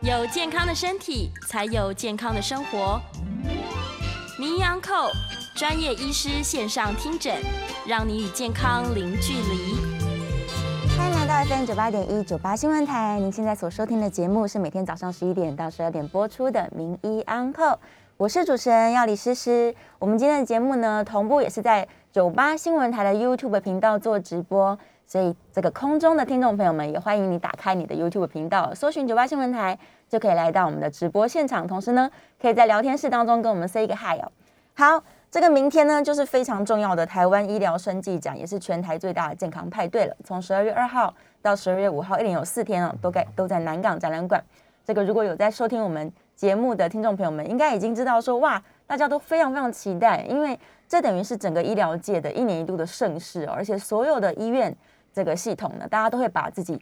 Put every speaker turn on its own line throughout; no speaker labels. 有健康的身体，才有健康的生活。名医昂扣专业医师线上听诊，让你与健康零距离。
欢迎来到 FM 九八点一九八新闻台，您现在所收听的节目是每天早上十一点到十二点播出的《名医 Uncle》，我是主持人要李诗诗。我们今天的节目呢，同步也是在九八新闻台的 YouTube 频道做直播，所以这个空中的听众朋友们也欢迎你打开你的 YouTube 频道，搜寻九八新闻台，就可以来到我们的直播现场。同时呢，可以在聊天室当中跟我们 say 一个 hi 哦。好，这个明天呢就是非常重要的台湾医疗生技展，也是全台最大的健康派对了。从十二月二号到十二月五号，一连有四天哦，都在都在南港展览馆。这个如果有在收听我们节目的听众朋友们，应该已经知道说，哇，大家都非常非常期待，因为这等于是整个医疗界的一年一度的盛事、哦，而且所有的医院这个系统呢，大家都会把自己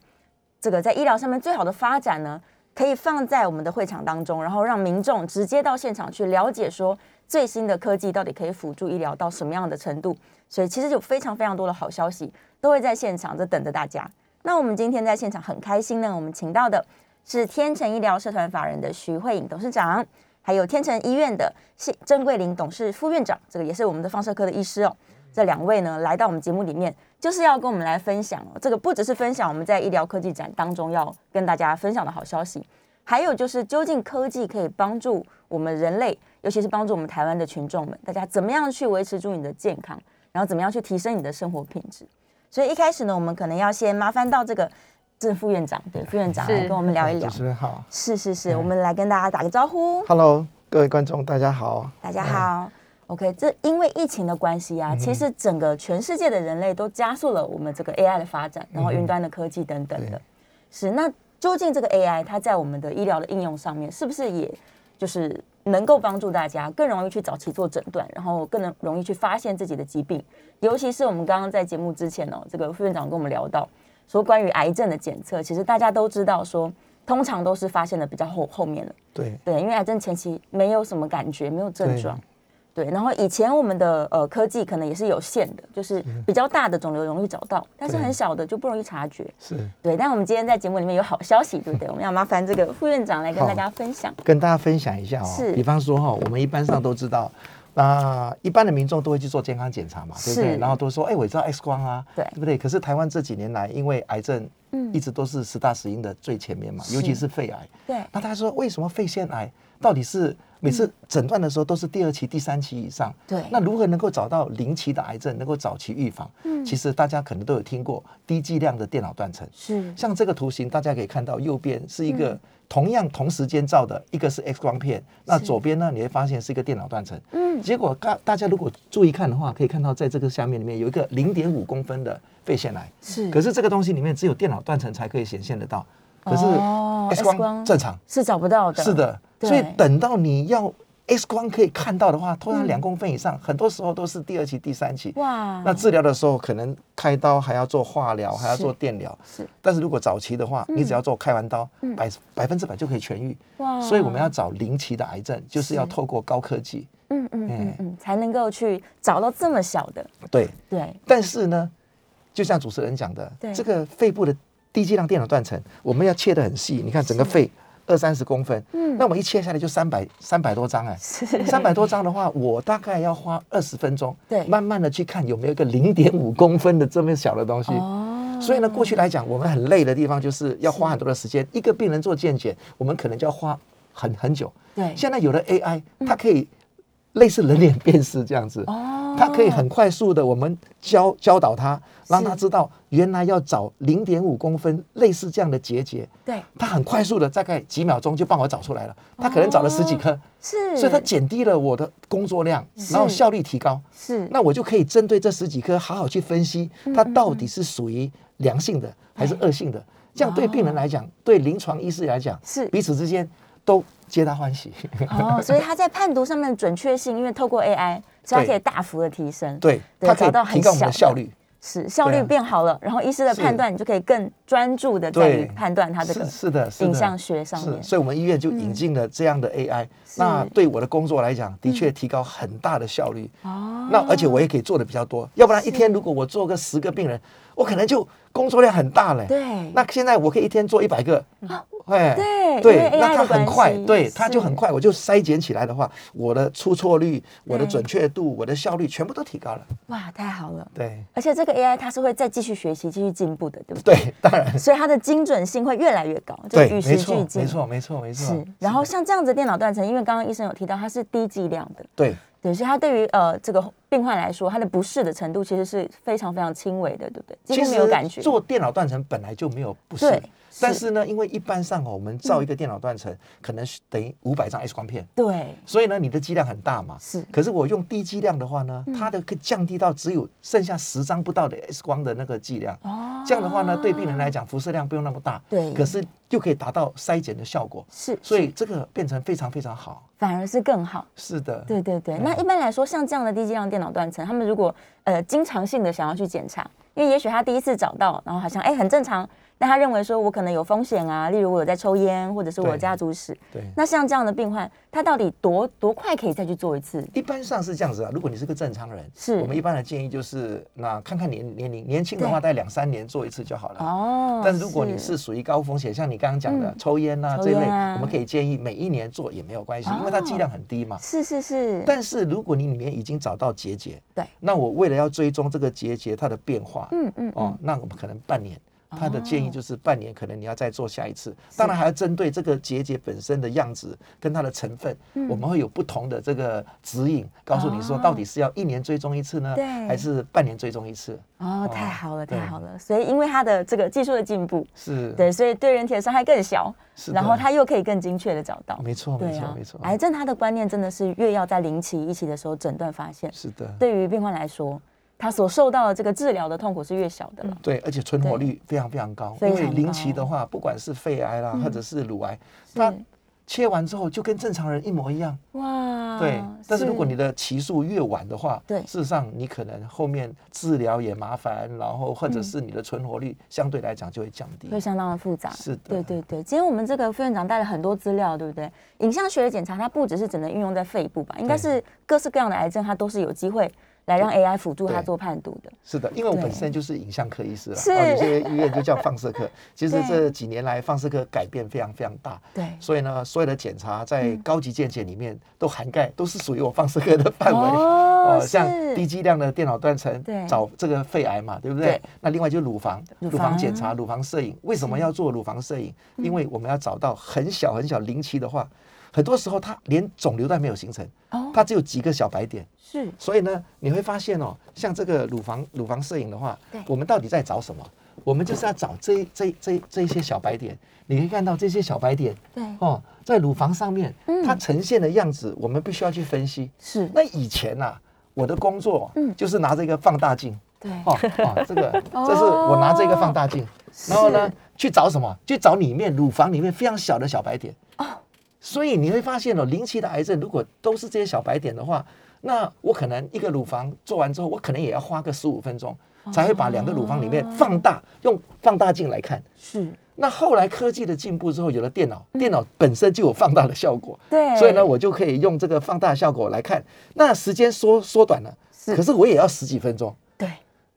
这个在医疗上面最好的发展呢，可以放在我们的会场当中，然后让民众直接到现场去了解说最新的科技到底可以辅助医疗到什么样的程度。所以其实有非常非常多的好消息都会在现场这等着大家。那我们今天在现场很开心呢，我们请到的是天成医疗社团法人的徐慧颖董事长，还有天成医院的谢郑桂林董事副院长，这个也是我们的放射科的医师哦。这两位呢来到我们节目里面，就是要跟我们来分享哦，这个不只是分享我们在医疗科技展当中要跟大家分享的好消息，还有就是究竟科技可以帮助我们人类，尤其是帮助我们台湾的群众们，大家怎么样去维持住你的健康，然后怎么样去提升你的生活品质。所以一开始呢，我们可能要先麻烦到这个郑副院长，对副院长来
是
跟我们聊一聊嗯
主。持人好
是是是，我们来跟大家打个招呼。
，Hello，各位观众，大家好。哎
大家好。OK，这因为疫情的关系啊，其实整个全世界的人类都加速了我们这个 AI 的发展，然后云端的科技等等的。是，那究竟这个 AI 它在我们的医疗的应用上面，是不是也就是能够帮助大家更容易去早期做诊断，然后更能容易去发现自己的疾病？尤其是我们刚刚在节目之前哦，这个副院长跟我们聊到说，关于癌症的检测，其实大家都知道说，通常都是发现的比较后后面了。
对
对，因为癌症前期没有什么感觉，没有症状。对，然后以前我们的呃科技可能也是有限的，就是比较大的肿瘤容易找到，但是
嗯对
很小的就不容易察觉。
是
对，但我们今天在节目里面有好消息，对不对？我们要麻烦这个副院长来跟
好
大家分享。
跟大家分享一下哦
是，
比方说哈、我们一般上都知道，那、一般的民众都会去做健康检查嘛，对不
是
对？然后都说，哎、我知道 X 光啊，
对嗯
不对？可是台湾这几年来，因为癌症一直都是十大死因的最前面嘛，尤其是肺癌。
对
那大家说，为什么肺腺癌到底是每次诊断的时候都是第二期、第三期以上？
对
那如何能够找到零期的癌症，能够早期预防？嗯，其实大家可能都有听过低剂量的电脑断层。
是
像这个图形，大家可以看到右边是一个同样同时间照的，一个是 X 光片，那左边呢，你会发现是一个电脑断层。嗯，结果大大家如果注意看的话，可以看到在这个下面里面有一个零点五公分的肺腺癌，
是
可是这个东西里面只有电脑断层才可以显现得到，可是
哦
X
X 光
光正常。
是找不到的。
是的，
对
所以等到你要 X 光可以看到的话，通常两公分以上，很多时候都是第二期、第三期。
嗯哇
那治疗的时候可能开刀还要做化疗，还要做电疗。
是嗯
但是如果早期的话，你只要做开完刀，百百分之百就可以痊愈。
哇
所以我们要找零期的癌症，就是要透过高科技。
嗯嗯嗯
哎
嗯，才能够去找到这么小的。
对，
对，
但是呢，就像主持人讲的
对，
这个肺部的低剂量电脑断层，我们要切得很细。你看整个肺二三十公分，
嗯
那我们一切下来就三百三百多张哎、三百多张的话，我大概要花二十分钟，
对
慢慢的去看有没有一个零点五公分的这么小的东西。
哦，
所以呢，过去来讲，我们很累的地方就是要花很多的时间，一个病人做健检，我们可能就要花很很久。
对
现在有了 AI，它可以类似人脸辨识这样子，
哦
它可以很快速的我们教教导他，让他
是
知道原来要找零点五公分类似这样的结节，
对
它很快速的大概几秒钟就帮我找出来了，它可能找了十几颗。
是，
所以它减低了我的工作量，然后效率提高。
是
那我就可以针对这十几颗好好去分析，
嗯
它到底是属于良性的还是恶性的。这样对病人来讲，对临床医师来讲，
哎哦是
彼此之间都皆大欢喜。
哦，所以它在判读上面的准确性，因为透过 AI，所以它可以大幅的提升。
对，
对
它可
找到
以
很
提高我们
小
的效率。
是效率
对啊
变好了，然后医师的
是
判断你就可以更专注的在于
对
判断它这
是
个
是的，是的
影像学上面嗯
是，。所以我们医院就引进了这样的 AI，、
是
那对我的工作来讲，的确提高很大的效率。
嗯
哦，那而且我也可以做的比较
哦
多，要不然一天如果我做个十个病人，我可能就工作量很大了。
对嗯
那现在我可以一天做一百个，哎，
对对因
对
为，
那
AI
它
的关
很快，
系
对，它就是很快，我就筛减起来的话，我的出错率、我的
对
准确度、我的效率全部都提高了。
哇，太好了！
对，
而且这个 AI 它是会再继续学习、继续进步的，对不对？
对，当然，
所以它的精准性会越来越高，就
对，
与
没
时俱
错，
进。
没错，没错，没错
是。。然后像这样子的电脑断层，因为刚刚医生有提到它是低剂量的，
对，
对，所以它对于呃这个病患来说，它的不适的程度其实是非常非常轻微的，对不对？几
其
乎
实
没有感觉。
做电脑断层本来就没有不适
对，
但
是
是呢，因为一般上哦，我们造一个电脑断层，可能是等于五百张 X 光片，
对，
所以呢，你的剂量很大嘛。
是嗯
可是我用低剂量的话呢，它的可以降低到只有剩下十张不到的 X 光的那个剂量。
哦
这样的话呢，对病人来讲辐射量不用那么大，
对
可是就可以达到筛检的效果，
是，
所
所以
以这个变成非常非常好。
反而是更好。
是的，
对对对，
啊
那一般来说，像这样的低剂量电脑断层，他们如果呃经常性的想要去检查，因为也许他第一次找到，然后好像哎很正常，但他认为说我可能有风险啊，例如我有在抽烟，或者是我有
对
家族史。
对。
那像这样的病患，他到底多多快可以再去做一次？
一般上是这样子啊，如果你是个正常人，
是
我们一般的建议就是，那看看年年龄，年轻的话大概两三年做一次就好了。
哦，
但如果你是属于高风险，像你刚刚讲的
嗯
抽烟啊
抽
这一类，
烟啊哦
我们可以建议每一年做也没有关系，因为它剂量很低嘛。
是是是，
但是如果你里面已经找到结节，
对，
那我为了要追踪这个结节它的变化，
嗯嗯哦
哦，那我们可能半年。他的建议就是半年，可能你要再做下一次。当然还要针对这个结节本身的样子跟它的成分，
嗯
我们会有不同的这个指引，告诉你说到底是要一年追踪一次呢
哦对，
还是半年追踪一次？
哦
哦，
太好了
对
太好了，所以因为他的这个技术的进步，
是，
对，所以对人体的伤害更小，
是的
然后他又可以更精确的找到。
没错，
对
没错
啊，，
没错，
癌症它的观念真的是越要在临期、一期的时候诊断发现，
是的，
对于病患来说，他所受到的这个治疗的痛苦是越小的了。
对，而且存活率非常非常高，
非
因
常
为临期
高嗯
的话，不管是肺癌啦，或者是乳癌，它切完之后就跟正常人一模一样。
哇，
对，但是如果你的期数越晚的话，
嗯对
事实上你可能后面治疗也麻烦，然后
嗯
或者是你的存活率相对来讲就会降低。
会相当的复杂。
是的
对对对。今天我们这个副院长带了很多资料，对不对？影像学的检查，它不只是只能运用在肺部吧？应该是各式各样的癌症，它都是有机会来让 AI 辅助它
对
做判读的。
是的，因为我本
对
身就是影像科医师了，
是
啊有些医院就叫放射 科。其实
对
这几年来，放射科改变非常非常大。
对嗯
所以呢，所有的检查在高级健检里面都涵盖，都是属于我放射科的范围。
哦是
像低剂量的电脑断层
对，
找这个肺癌嘛，对不对？
对
那另外就乳房，
乳
乳
房嗯
房检查、乳房摄影，为什么要做乳房摄影？因为我们要找到很小很小零期的话，很多时候它连肿瘤都还没有形成，
哦，
它只有几个小白点。
是
所以呢，你会发现哦，像这个乳房乳房摄影的话
对，
我们到底在找什么？我们就是要找这一这一这一这一些小白点。你可以看到这些小白点
对，
哦，在乳房上面，
嗯
它呈现的样子，我们必须要去分析。
是，
那以前呐、我的工作
嗯
就是拿着一个放大镜，
对，
哦哦，这 个这是我拿着一个放大镜，然后呢
哦是
去找什么？去找里面乳房里面非常小的小白点。
哦
所以你会发现哦，零期的癌症如果都是这些小白点的话，那我可能一个乳房做完之后，我可能也要花个十五分钟
哦
才会把两个乳房里面放大，用放大镜来看。
是，
那后来科技的进步之后，有了电脑，
嗯
电脑本身就有放大的效果，
对
所以呢，我就可以用这个放大效果来看。那时间缩缩短了，可是我也要十几分钟。
对，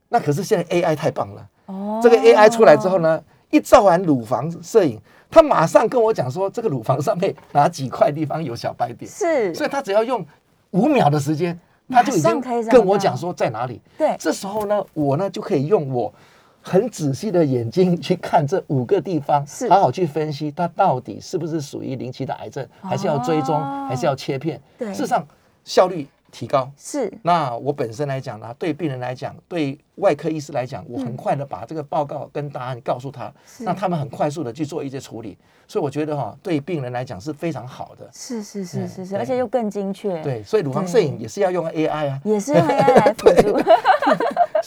那可是现在 AI 太棒了，
哦
这个 AI 出来之后呢，一照完乳房摄影，他马上跟我讲说，这个乳房上面哪几块地方有小白点，
是，
所以他只要用五秒的时间，他就已
马上
经
可以找
跟我
到
讲说在哪里。
对
这时候呢，我呢就可以用我很仔细的眼睛去看这五个地方
是，
好好去分析它到底是不是属于零期的癌症，还是要追踪，
哦
还是要切片。
对
事实上效率提高。
是
那我本身来讲呢，对病人来讲，对外科医师来讲，我很快的把这个报告跟答案告诉他，
是
那他们很快速的去做一些处理，所以我觉得哈、对病人来讲是非常好的。
是是是
嗯
是是，
对
而且又更精确，，
对，所以乳房摄影也是要用 AI 啊。
也是用 AI 来辅助。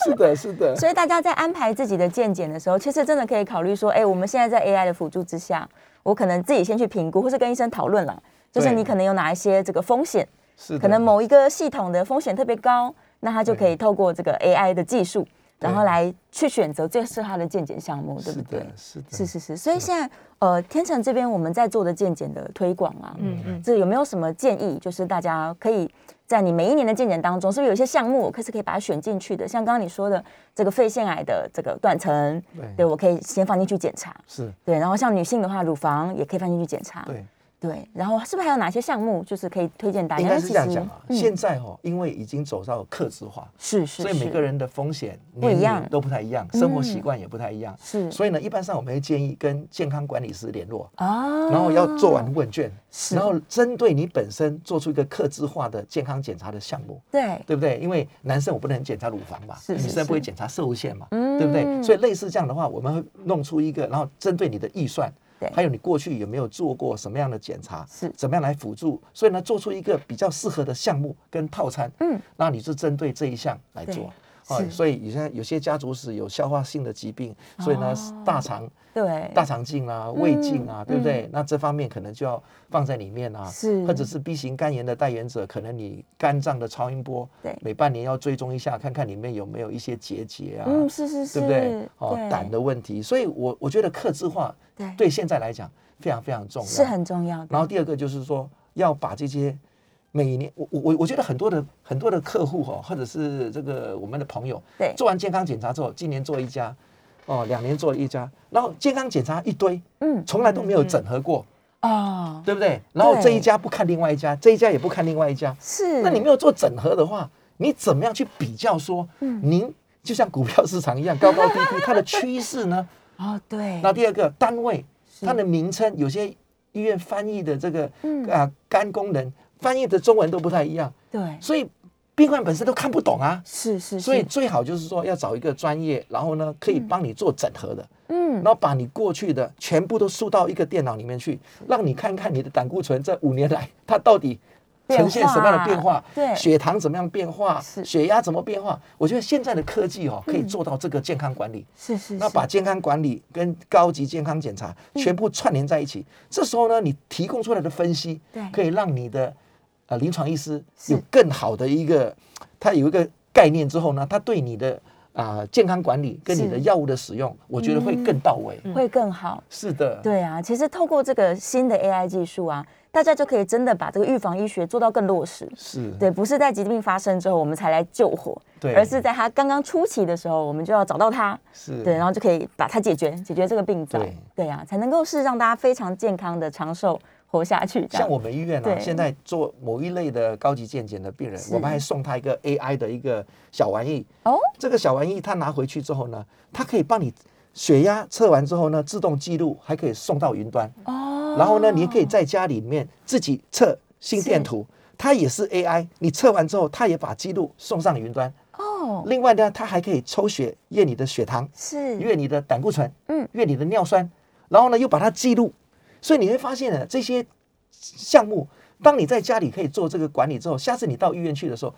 是的，是 的，
所以大家在安排自己的健检的时候，其实真的可以考虑说，哎、我们现在在 AI 的辅助之下，我可能自己先去评估，或是跟医生讨论了，就是
对
你可能有哪一些这个风险，
是的
可能某一个系统的风险特别高，那它就可以透过这个 AI 的技术。然后来去选择最适合他的健检项目，对不
是
对
的，？是的，
是是是，所以现在呃，天成这边我们在做的健检的推广啊，
嗯嗯，
这有没有什么建议？就是大家可以在你每一年的健检当中，是不是有一些项目我可是可以把它选进去的？像刚刚你说的这个肺腺癌的这个断层，
对
对我可以先放进去检查，
是，
对，然后像女性的话，乳房也可以放进去检查，
对，
对，然后是不是还有哪些项目就是可以推荐大家？
应该
因为
是
其
这样
实
讲啊。
嗯
现在哦，因为已经走到克制化，
是是，
所以每
是
个人的风险
不一
年龄
样
都不太一样，生活习
嗯
惯也不太一样。
是
所以呢，一般上我们会建议跟健康管理师联络，
啊，
然后要做完问卷，
是
然后针对你本身做出一个克制化的健康检查的项目。
对
对不对？因为男生我不能检查乳房嘛，
是是
女生不会
是
检查射物线嘛，
嗯
对不对？所以类似这样的话，我们会弄出一个，然后针对你的预算
对，
还有你过去有没有做过什么样的检查，
是
怎么样来辅助，所以呢，做出一个比较适合的项目跟套餐，
嗯，
那你就针对这一项来做。哦
对是哦
所以有些有些家族史有消化性的疾病，所以呢，大肠
对
大肠镜啊、胃镜啊，
嗯
对不对？那这方面可能就要放在里面啊，
是
或者是 B 型肝炎的代言者，可能你肝脏的超音波，
对
每半年要追踪一下，看看里面有没有一些结节啊，
嗯是是是，
对不对？哦，胆的问题，所以我我觉得克制化
对
对现在来讲非常非常重要，
是很重要的，
然后第二个就是说，要把这些每年，我我我我觉得很多的很多的客户哈、哦，或者是这个我们的朋友，
对
做完健康检查之后，今年做一家，哦，两年做一家，然后健康检查一堆，
嗯
从来都没有整合过，
哦
对不对？然后
对
这一家不看另外一家，这一家也不看另外一家，
是，
那你没有做整合的话，你怎么样去比较说，
嗯
您就像股票市场一样高高低低，它的趋势呢？
哦对，
那第二个单位，它的名称有些医院翻译的这个
嗯
啊肝功能翻译的中文都不太一样，
对
所以病患本身都看不懂啊。
是是，嗯
所以
是
最好就是说要找一个专业，然后呢可以帮你做整合的，
嗯
然后把你过去的全部都输到一个电脑里面去，
嗯
让你看看你的胆固醇这五年来它到底呈现什么样的变化，
变啊化对
血糖怎么样变化，
是嗯
血压怎么变化。我觉得现在的科技哦可以做到这个健康管理。
是是，嗯
那
是
把健康管理跟高级健康检查全部串联在一起，这时候呢，你提供出来的分析
对，
可以让你的呃临床医师
是
有更好的一个，他有一个概念之后呢，他对你的啊、健康管理跟你的
是
药物的使用，我觉得会更到位。
会更好。
是的，
对啊，其实透过这个新的 AI 技术啊，大家就可以真的把这个预防医学做到更落实。
是，
对，不是在疾病发生之后我们才来救火，
对
而是在它刚刚初期的时候，我们就要找到它，
是，
对，然后就可以把它解决，解决这个病灶
对，
对啊，才能够是让大家非常健康的长寿活下去。这样
像我们医院啊，
对
现在做某一类的高级健检的病人，
是
我们还送他一个 AI 的一个小玩意。
哦，
这个小玩意他拿回去之后呢，它可以帮你血压测完之后呢，自动记录，还可以送到云端。
哦，
然后呢，你可以在家里面自己测心电图，它也是 AI，你测完之后，它也把记录送上云端。
哦，
另外呢，它还可以抽血验你的血糖，
是
越你的胆固醇，
嗯
嗯，越你的尿酸，然后呢又把它记录，所以你会发现呢这些项目，当你在家里可以做这个管理之后，下次你到医院去的时候，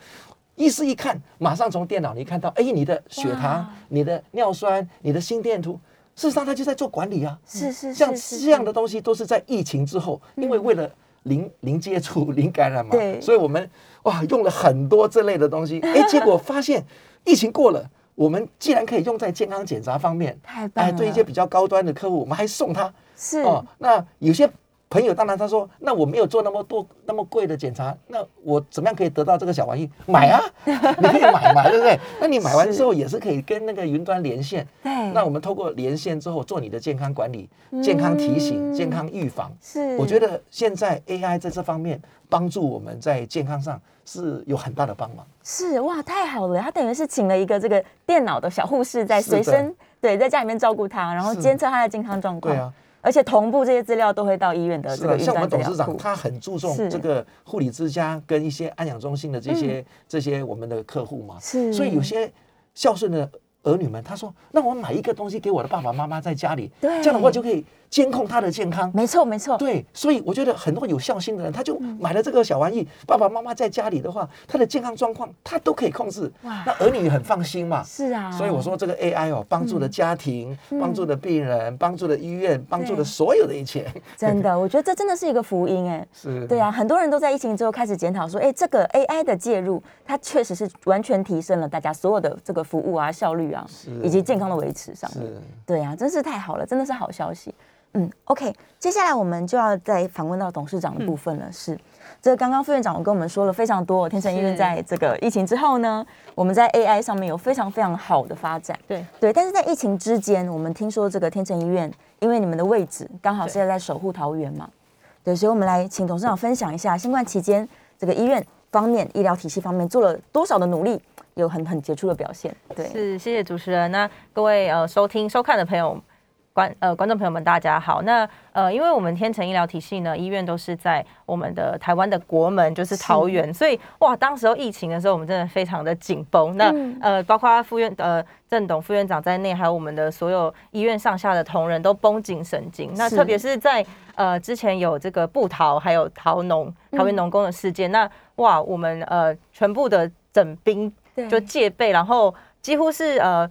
医师一看，马上从电脑里看到，哎，你的血糖
哇、
你的尿酸、你的心电图，事实上他就在做管理啊。
是是
像
是是嗯
这样的东西都是在疫情之后，因为为了零零接触、零感染嘛，
对
所以我们哇用了很多这类的 东西，哎，结果发现疫情过了，我们既然可以用在健康检查方面，
太棒
哎，
了，
对一些比较高端的客户，我们还送他
是
哦。那有些朋友当然他说，那我没有做那么多那么贵的检查，那我怎么样可以得到这个小玩意？买 啊，你可以买嘛，对不对？那你买完之后也是可以跟那个云端连线，
对，
那我们透过连线之后做你的健康管理、健康提醒、健康预防。
嗯是
我觉得现在 AI 在这方面帮助我们在健康上是有很大的帮忙。
是哇，太好了！他等于是请了一个这个电脑的小护士在
是的
随身对，在家里面照顾他，然后
是
监测他的健康状况。
对啊，
而且同步这些资料都会到医院的
是
呃这个
啊，
云
像我
端资料
们董事长
库。
他很注重
是嗯
这个护理之家跟一些安养中心的这些、这些我们的客户嘛，
是
所以有些孝顺的儿女们，他说：“那我买一个东西给我的爸爸妈妈在家里，
对
这样的话就可以监控他的健康。
没错没 错，
对，啊所以我觉得很多有孝心的人，他就
嗯
买了这个小玩意。爸爸妈妈在家里的话，他的健康状况他都可以控制，
哇
那儿女也很放心嘛。
是啊，嗯
所以我说这个 AI 哦，帮助了家庭，帮助了病人，帮助了医院，帮助
对
了所有的 一切。
真的，我觉得这真的是一个福音哎。
是
对啊，很多人都在疫情之后开始检讨说，哎，这个 AI 的介入，它确实是完全提升了大家所有的这个服务啊、效率啊，以及健康的维持上面。
是。
对啊，真是太好了，真的是好消息。嗯，OK，接下来我们就要再访问到董事长的部分了。
嗯
是，这刚刚副院长我跟我们说了非常多，天成医院
是
在这个疫情之后呢，我们在 AI 上面有非常非常好的发展。
对
对，但是在疫情之间，我们听说这个天成医院，因为你们的位置刚好是在守护桃园嘛，对，所以我们来请董事长分享一下新冠期间这个医院方面、医疗体系方面做了多少的努力，有很很杰出的表现。对，
是，谢谢主持人。那各位呃收听收看的朋友。观呃观众朋友们，大家好。那呃，因为我们天成医疗体系呢，医院都是在我们的台湾的国门，就是桃园，所以哇，当时候疫情的时候，我们真的非常的紧绷。那、呃，包括副院呃郑董副院长在内，还有我们的所有医院上下的同仁都绷紧神经。那
是
特别是在呃之前有这个布桃还有桃农桃园农工的事件，那哇，我们呃全部的整兵
嗯对
就戒备，然后几乎是呃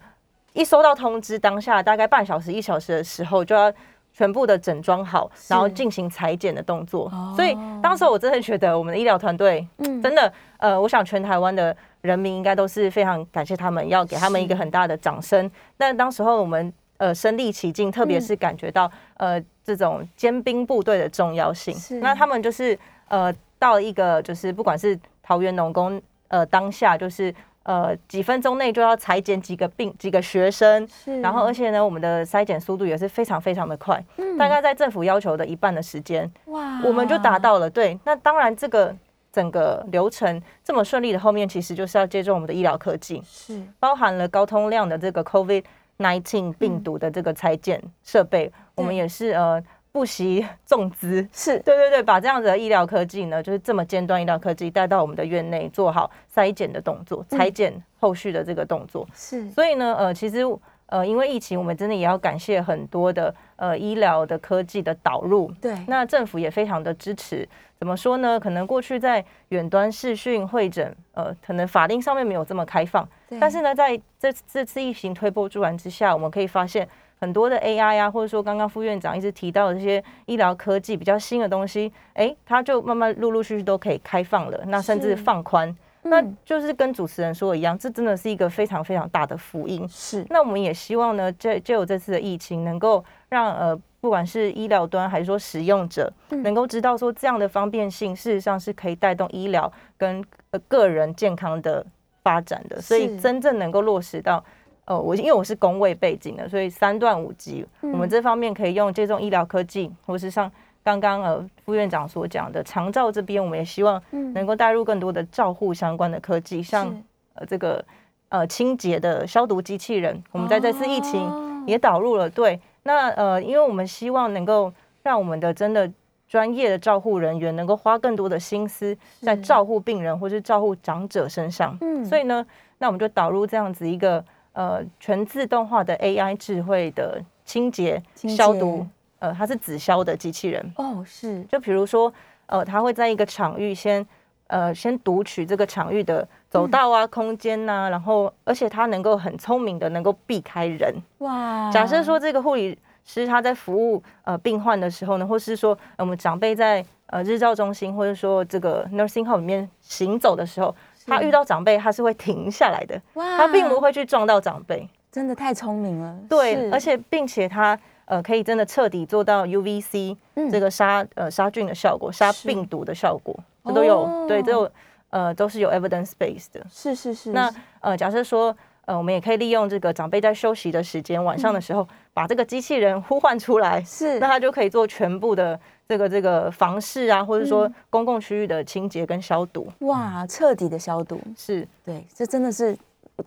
一收到通知当下大概半小时一小时的时候就要。全部的整装好，然后进行裁剪的动作。所以当时我真的觉得我们的医疗团队，真的，呃，我想全台湾的人民应该都是非常感谢他们，要给他们一个很大的掌声。但当时候我们呃身临其境，特别是感觉到、呃这种尖兵部队的重要性。
是
那他们就是呃到一个就是不管是桃园农工呃当下就是。呃，几分钟内就要裁剪几个病几个学生，然后而且呢，我们的筛检速度也是非常非常的快，大概在政府要求的一半的时间，
哇
我们就达到了。对，那当然这个整个流程这么顺利的后面，其实就是要借助我们的医疗科技，
是嗯
包含了高通量的这个 COVID nineteen 病毒的这个裁剪设备，我们也是呃不惜重资，
是
对对对，把这样子的医疗科技呢，就是这么尖端医疗科技带到我们的院内，做好筛检的动作，裁剪后续的这个动作。
嗯是
所以呢，呃，其实呃，因为疫情，我们真的也要感谢很多的呃医疗的科技的导入，
对，
那政府也非常的支持。怎么说呢？可能过去在远端视讯会诊，呃，可能法令上面没有这么开放，但是呢，在这这次疫情推波助澜之下，我们可以发现很多的 AI 啊，或者说刚刚副院长一直提到的这些医疗科技比较新的东西，诶，它就慢慢陆陆续续都可以开放了，那甚至放宽。那
嗯
就是跟主持人说的一样，这真的是一个非常非常大的福音。
是
那我们也希望呢，这就有这次的疫情，能够让呃，不管是医疗端还是说使用者，能够知道说这样的方便性，事实上是可以带动医疗跟呃个人健康的发展的。所以真正能够落实到，呃，我因为我是工位背景的，所以三段五级，我们这方面可以用这种医疗科技，或是像刚刚呃副院长所讲的长照这边，我们也希望能够带入更多的照护相关的科技，像呃这个呃清洁的消毒机器人，我们在这次疫情也导入了。对，那呃，因为我们希望能够让我们的真的专业的照护人员能够花更多的心思在照护病人或是照护长者身上。嗯，所以呢，那我们就导入这样子一个呃全自动化的 AI 智慧的清洁
洁
消毒，呃，它是紫消的机器人。
哦是
就比如说，呃，他会在一个场域先，呃，先读取这个场域的走道啊、空间呐、然后而且他能够很聪明的能够避开人。
哇，
假设说这个护理师他在服务呃病患的时候呢，或是说、呃我们长辈在呃日照中心或者说这个 nursing home 里面行走的时候，他遇到长辈他是会停下来的，
啊
哇
他并不会去撞到长辈。
真的太聪明了，
对，
是
而且并且它呃可以真的彻底做到 UVC、这个杀呃杀菌的效果，杀病毒的效果，这都有、
哦
对，都有呃都是有 evidence base 的。
是是是，
那
嗯
呃假设说呃我们也可以利用这个长辈在休息的时间，晚上的时候、把这个机器人呼唤出来，
嗯是
那它就可以做全部的这个这个房事啊，或者说
嗯
公共区域的清洁跟消毒。
哇彻底的消毒，
是
对，这真的是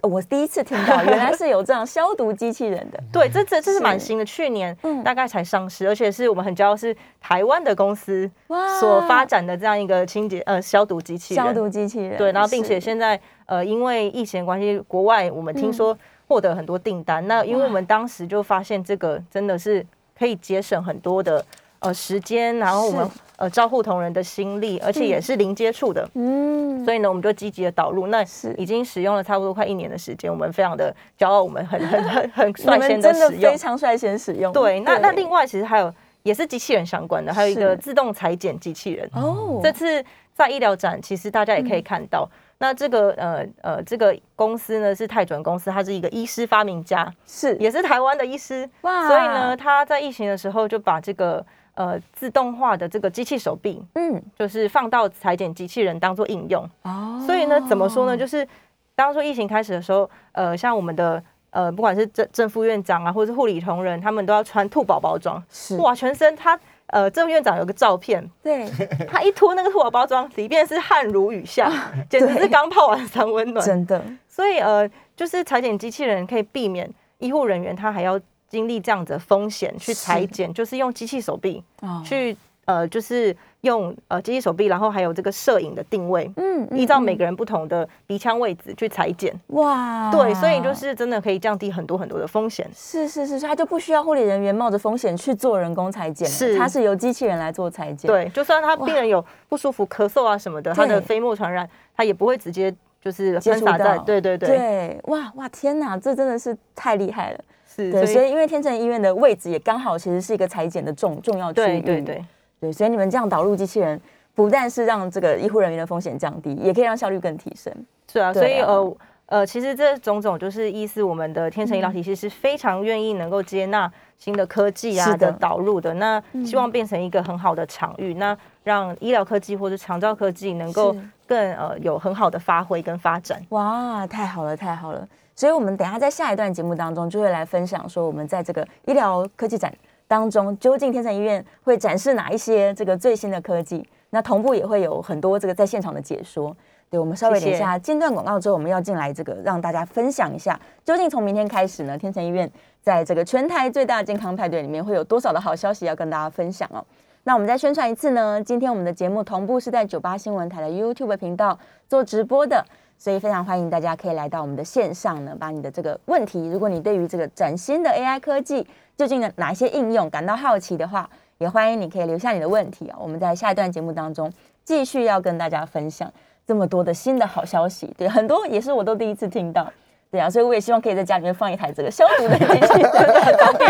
我第一次听到，原来是有这样消毒机器人的，
对，这这这是蛮
是
新的，去年
嗯
大概才上市，而且是我们很骄傲是台湾的公司
哇
所发展的这样一个清洁呃消毒机器人。
消毒机器人，
对，然后并
是
且现在呃因为疫情的关系，
嗯
国外我们听说获得很多订单，那因为我们当时就发现这个真的是可以节省很多的呃时间，然后我们
是
呃照护同仁的心力，而且也是零接触的。
嗯，
所以呢，我们就积极的导入，那
是
已经使用了差不多快一年的时间，我们非常的骄傲，我们很很很 很
你
率
们
先
真的
使用
非。常率先使用。
对，那那另外其实还有也是机器人相关的，还有一
是
个自动裁剪机器人。
哦，
这次在医疗展，其实大家也可以看到，那这个呃呃这个公司呢是泰准公司，它是一个医师发明家，
是
也是台湾的医师。
哇
所以呢，他在疫情的时候就把这个呃自动化的这个机器手臂，
嗯
就是放到裁剪机器人当做应用。
哦
所以呢，怎么说呢？就是当初疫情开始的时候，呃，像我们的呃，不管是正正副院长啊，或者是护理同仁，他们都要穿兔宝宝装，
是
哇，全身他呃，正副院长有个照片，
对，
他一脱那个兔宝宝装，里面是汗如雨下，简直是刚泡完三温暖。
啊真的
所以呃，就是裁剪机器人可以避免医护人员他还要经历这样子的风险去裁
是
剪，就是用机器手臂
哦
去呃，就是用呃机器手臂，然后还有这个摄影的定位，
嗯嗯
依照
嗯
每个人不同的鼻腔位置去裁剪。
哇，
对，所以就是真的可以降低很多很多的风险。
啊是是是，所以他就不需要护理人员冒着风险去做人工裁剪了，
是
他是由机器人来做裁剪。，
对，就算他病人有不舒服、咳嗽啊什么的，他的
对
飞沫传染，他也不会直接就是
接
喷
触
洒在
到，。
对对对，
对，哇哇，天哪，这真的是太厉害了。
是。
对，所
所以
以因为天成医院的位置也刚好，其实是一个裁剪的重重要区
对
域。
对对，
对，所以你们这样导入机器人，不但是让这个医护人员的风险降低，也可以让效率更提升。
是啊，
对
所以
啊
呃呃，其实这种种就是意思，我们的天成医疗体系是非常愿意能够接纳新的科技
嗯
啊
是的嗯
的导入的。那希望变成一个很好的场域，那让医疗科技或者长照科技能够
是
更呃有很好的发挥跟发展。
哇，太好了，太好了！所以我们等一下在下一段节目当中就会来分享说，我们在这个医疗科技展当中，究竟天成医院会展示哪一些这个最新的科技？那同步也会有很多这个在现场的解说。对，我们稍微
谢
等
谢
一下间断广告之后，我们要进来这个让大家分享一下，究竟从明天开始呢，天成医院在这个全台最大的健康派对里面会有多少的好消息要跟大家分享哦。那我们再宣传一次呢，今天我们的节目同步是在九八新闻台的 YouTube 频道做直播的，所以非常欢迎大家可以来到我们的线上呢，把你的这个问题，如果你对于这个崭新的 AI 科技究竟的哪一些应用感到好奇的话，也欢迎你可以留下你的问题哦，我们在下一段节目当中继续要跟大家分享这么多的新的好消息，对，很多也是我都第一次听到。对啊，所以我也希望可以在家里面放一台这个消毒的机器， 真的很方便。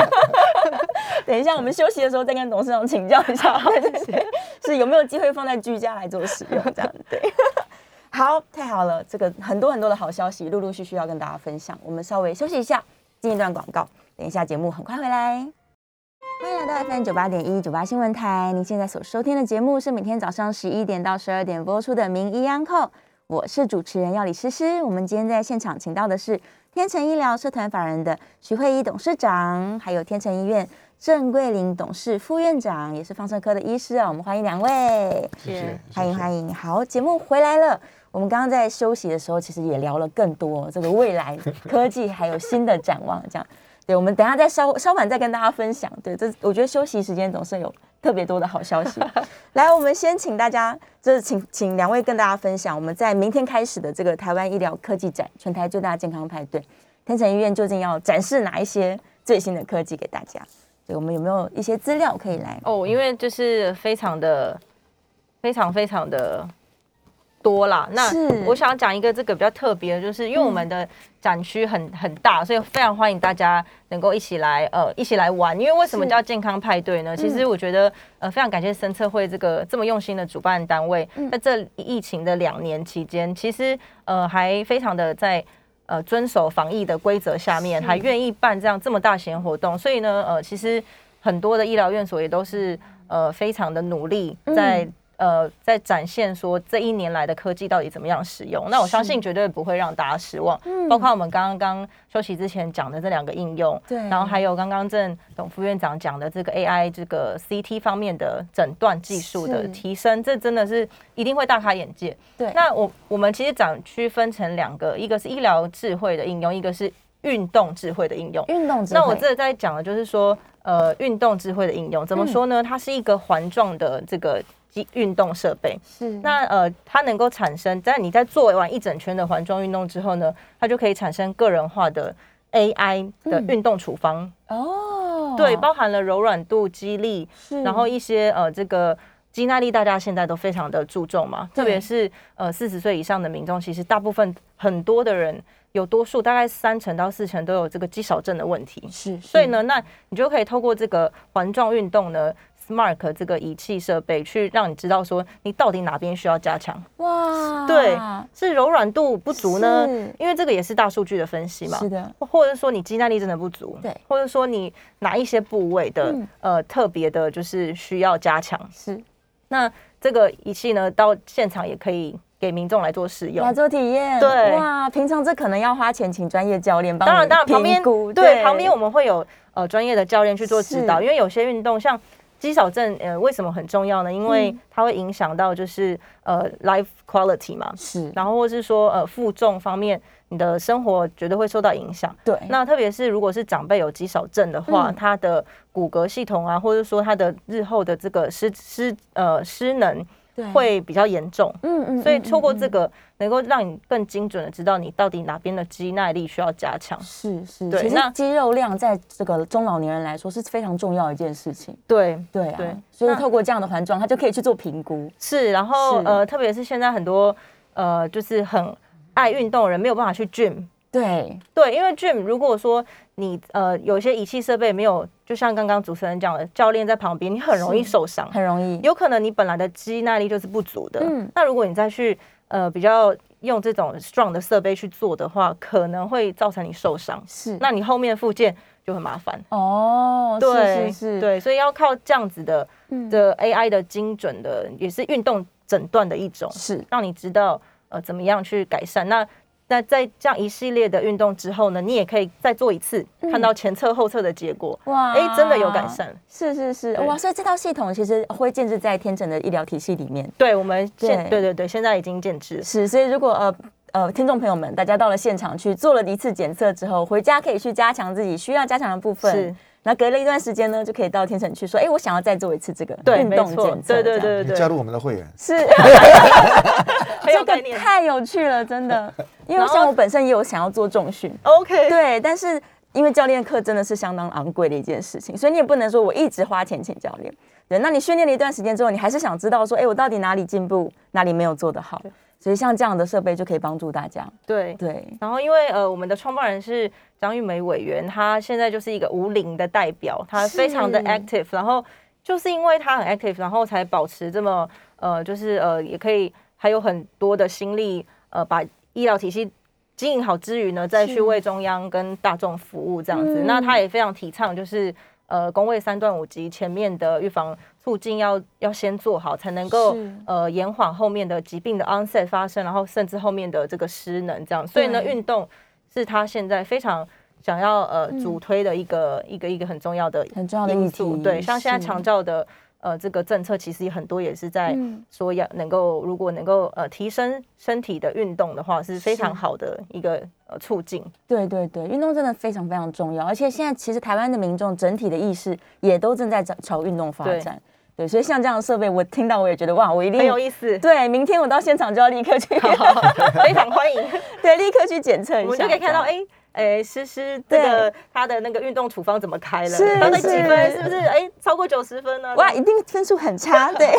等一下我们休息的时候再跟董事长请教一下， 对对对是有没有机会放在居家来做使用这样对。好，太好了，这个很多很多的好消息陆陆续续要跟大家分享。我们稍微休息一下，进一段广告，等一下节目很快回来。欢迎来到 FM 九八点一九八新闻台，您现在所收听的节目是每天早上十一点到十二点播出的《名医安扣》，我是主持人要李诗诗。我们今天在现场请到的是天成医疗社团法人的徐慧仪董事长，还有天成医院郑桂林董事副院长，也是放射科的医师啊。我们欢迎两位。
谢谢，
欢迎欢
迎。
迎。好，节目回来了。我们刚刚在休息的时候，其实也聊了更多这个未来科技还有新的展望，这样。对，我们等一下再稍稍晚再跟大家分享。对，这我觉得休息时间总是有特别多的好消 息。来，我们先请大家，就是请请两位跟大家分享，我们在明天开始的这个台湾医疗科技展，全台最大的健康派对，天成医院究竟要展示哪一些最新的科技给大家？对，我们有没有一些资料可以来？
哦，因为就是非常的、非常非常的多啦。那
是嗯
我想讲一个这个比较特别的，就是因为我们的展区很很大，所以非常欢迎大家能够一起来呃一起来玩。因为为什么
是嗯
叫健康派对呢？其实我觉得呃非常感谢深测会这个这么用心的主办单位，
嗯
在这疫情的两年期间，其实呃还非常的在。呃，遵守防疫的规则下面，还愿意办这样这么大型的活动，所以呢，呃，其实很多的医疗院所也都是呃非常的努力
嗯
在、呃在展现说这一年来的科技到底怎么样使用。那我相信绝对不会让大家失望，
嗯
包括我们刚刚休息之前讲的这两个应用，
对
然后还有刚刚郑董副院长讲的这个 AI 这个 CT 方面的诊断技术的
是
提升，这真的是一定会大开眼界。
对，
那我我们其实展区分成两个，一个是医疗智慧的应用，一个是运动智慧的应用。
运动智
那我
慧
这在讲的就是说，呃，运动智慧的应用怎么
嗯
说呢？它是一个环状的这个机运动设备。
是
那呃，它能够产生，在你在做完一整圈的环状运动之后呢，它就可以产生个人化的 AI 的运动处方。
嗯哦，嗯
对，包含了柔软度、肌力，
是
然后一些呃这个。肌耐力，大家现在都非常的注重嘛，特别是呃四十岁以上的民众，其实大部分很多的人有多数大概三成到四成都有这个肌少症的问题。
是，
所
所
以呢，那你就可以透过这个环状运动呢，SMART 这个仪器设备去让你知道说你到底哪边需要加强。
哇，
对，是柔软度不足呢
是，
因为这个也是大数据的分析嘛。
是的，
或者说你肌耐力真的不足，
对
或者说你哪一些部位的、
嗯
呃特别的，就是需要加强。
是
那这个仪器呢，到现场也可以给民众来做使用
来。做体验，
对
哇，平常这可能要花钱请专业教练帮
当然，
你
当然，旁
嗯
边
评估
对旁边我们会有呃专业的教练去做指导，
是
因为有些运动像肌少症，呃，为什么很重要呢？因为
嗯
它会影响到就是呃 life quality 嘛，
是，
然后或是说呃负重方面，你的生活绝对会受到影响。
对，
那特别是如果是长辈有肌少症的话，
嗯
他的骨骼系统啊，或者说他的日后的这个失失呃失能
对，
会比较严重。
嗯嗯，
所以
嗯
透过
嗯
这个，能够让你更精准的知道你到底哪边的肌耐力需要加强。
是是，
对
其实
那
肌肉量在这个中老年人来说是非常重要的一件事情。
对，
对啊，
对
所以
那
透过这样的环状，他就可以去做评估。
是。然后
是
呃，特别是现在很多呃，就是很爱运动的人没有办法去 gym。
对，
对，因为 gym 如果说你呃有一些仪器设备没有，就像刚刚主持人讲的，教练在旁边，你很容易
是
受伤。
很容易。
嗯有可能你本来的肌耐力就是不足的，
嗯
那如果你再去呃比较用这种 strong 的设备去做的话，可能会造成你受伤，
是
那你后面复健就很麻烦。
哦，
对，
是是是，，
对，所以要靠这样子的
嗯，
的 AI 的精准的，也是运动诊断的一种，
是
让你知道呃怎么样去改善。那那在这样一系列的运动之后呢，你也可以再做一次，
嗯
看到前侧后侧的结果，
哇
哎、真的有改。善。
是是是，
对
哇！所以这套系统其实会建置在天整的医疗体系里面。
对，我们现
对
对对对，现在已经建制了。
是，所以如果呃呃听众朋友们，大家到了现场去做了一次检测之后，回家可以去加强自己需要加强的部分
是。
那隔了一段时间呢，就可以到天成去说，哎、我想要再做一次这个
对，
运
没
动
错
检，测。
对对
这样，
对对，
加入我们的会员，
是。
很有
这
概
个
念。
太有趣了，真 的。因为
然后
像我本身也有想要做重训，
OK，
对，但是因为教练课真的是相当昂贵的一件事情，所以你也不能说我一直花钱请教练。对，那你训练了一段时间之后，你还是想知道说，哎，我到底哪里进步，哪里没有做得好？所以像这样的设备就可以帮助大家。
对。
对，
然后因为呃，我们的创办人是张玉梅委员，她现在就是一个无龄的代表，她非常的
是
active，然后就是因为她很 active，然后才保持这么呃，就是呃，也可以还有很多的心力呃，把医疗体系。经营好之余呢，再去为中央跟大众服务这样子。
嗯
那她也非常提倡，就是呃，工位三段五级前面的预防促进要要先做好，才能够
是
呃延缓后面的疾病的 onset 发生，然后甚至后面的这个失能这样。所以呢，
对
运动是他现在非常想要呃主推的一个、一个一个很重要的
嗯很重要的议
因
题
素。对，像现在
是
长照的呃这个政策，其实很多也是在
嗯
说要能够如果能够呃提升身体的运动的话，是非常好的一个呃促进。
对对对，运动真的非常非常重要，而且现在其实台湾的民众整体的意识也都正在朝朝运动发
对
展。对，所以像这样的设备，我听到我也觉得哇，我一定
很有意思，
对，明天我到现场就要立刻去，
非常欢迎。
对，立刻去检测一下，
我们就可以看到，
这样
哎、哎，诗诗这个他的那个运动处方怎么开了？
是
他的几分
是
是不是？哎、超过九十分呢？
哇，一定分数很差，对。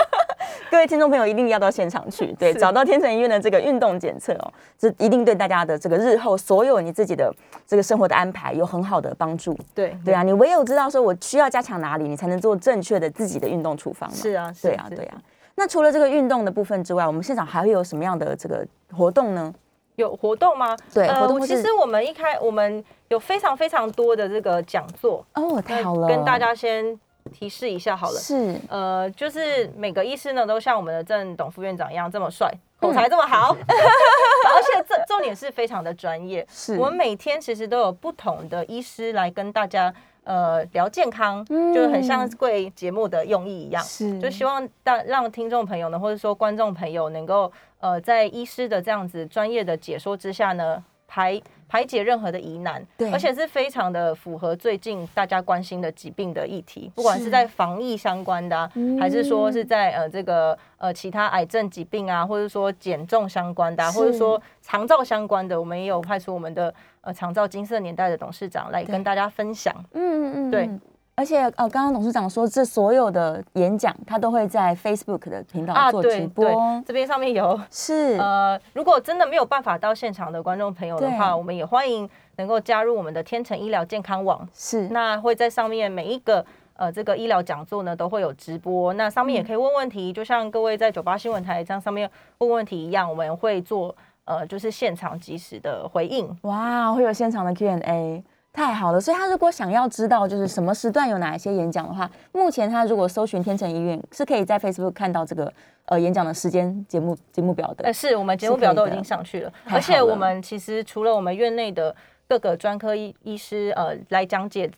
各位听众朋友一定要到现场去，对，
是
找到天成医院的这个运动检测哦，这一定对大家的这个日后所有你自己的这个生活的安排有很好的帮助。
对
对啊，你唯有知道说我需要加强哪里，你才能做正确的自己的运动处方嘛。
是啊，是
对啊，
是
对啊。那除了这个运动的部分之外，我们现场还会有什么样的这个活动呢？
有活动吗？
对活动
我
或
其
是
实我们一开，我们有非常非常多的这个讲座，
哦，太好了，
跟大家先提示一下好了。
是
呃，就是每个医师呢，都像我们的郑董副院长一样这么帅，
嗯
口才这么 好，而且这重点是非常的专业。
是
我们每天其实都有不同的医师来跟大家呃聊健康，
嗯
就是很像贵节目的用意一样，
是
就希望大让听众朋友呢，或者说观众朋友能够呃在医师的这样子专业的解说之下呢，排排解任何的疑难，
对
而且是非常的符合最近大家关心的疾病的议题，不管是在防疫相关的、啊，
嗯
还是说是在呃这个呃其他癌症疾病啊，或者说减重相关的、啊，或者说长照相关的，我们也有派出我们的呃长照金色年代的董事长来跟大家分享。
嗯嗯，
对
嗯。而且呃，刚刚董事长说，这所有的演讲他都会在 Facebook 的频道做直
啊对
播，
对，这边上面有
是、
呃，如果真的没有办法到现场的观众朋友的话，
对
我们也欢迎能够加入我们的天成医疗健康网，
是，
那会在上面每一个。呃，这个医疗讲座呢都会有直播，那上面也可以问问题，就像各位在九八新闻台这样上面问问题一样，我们会做呃就是现场及时的回应。
哇，会有现场的 Q&A，太好了！所以他如果想要知道就是什么时段有哪一些演讲的话，目前他如果搜寻天成医院，是可以在 Facebook 看到这个呃演讲的时间节目节目表的
呃，。是我们节
是
目
可
表
以
都已
的
经上去了，
太
而且
好
我
了
们其实除了我们院内的各个专科医医师呃来讲解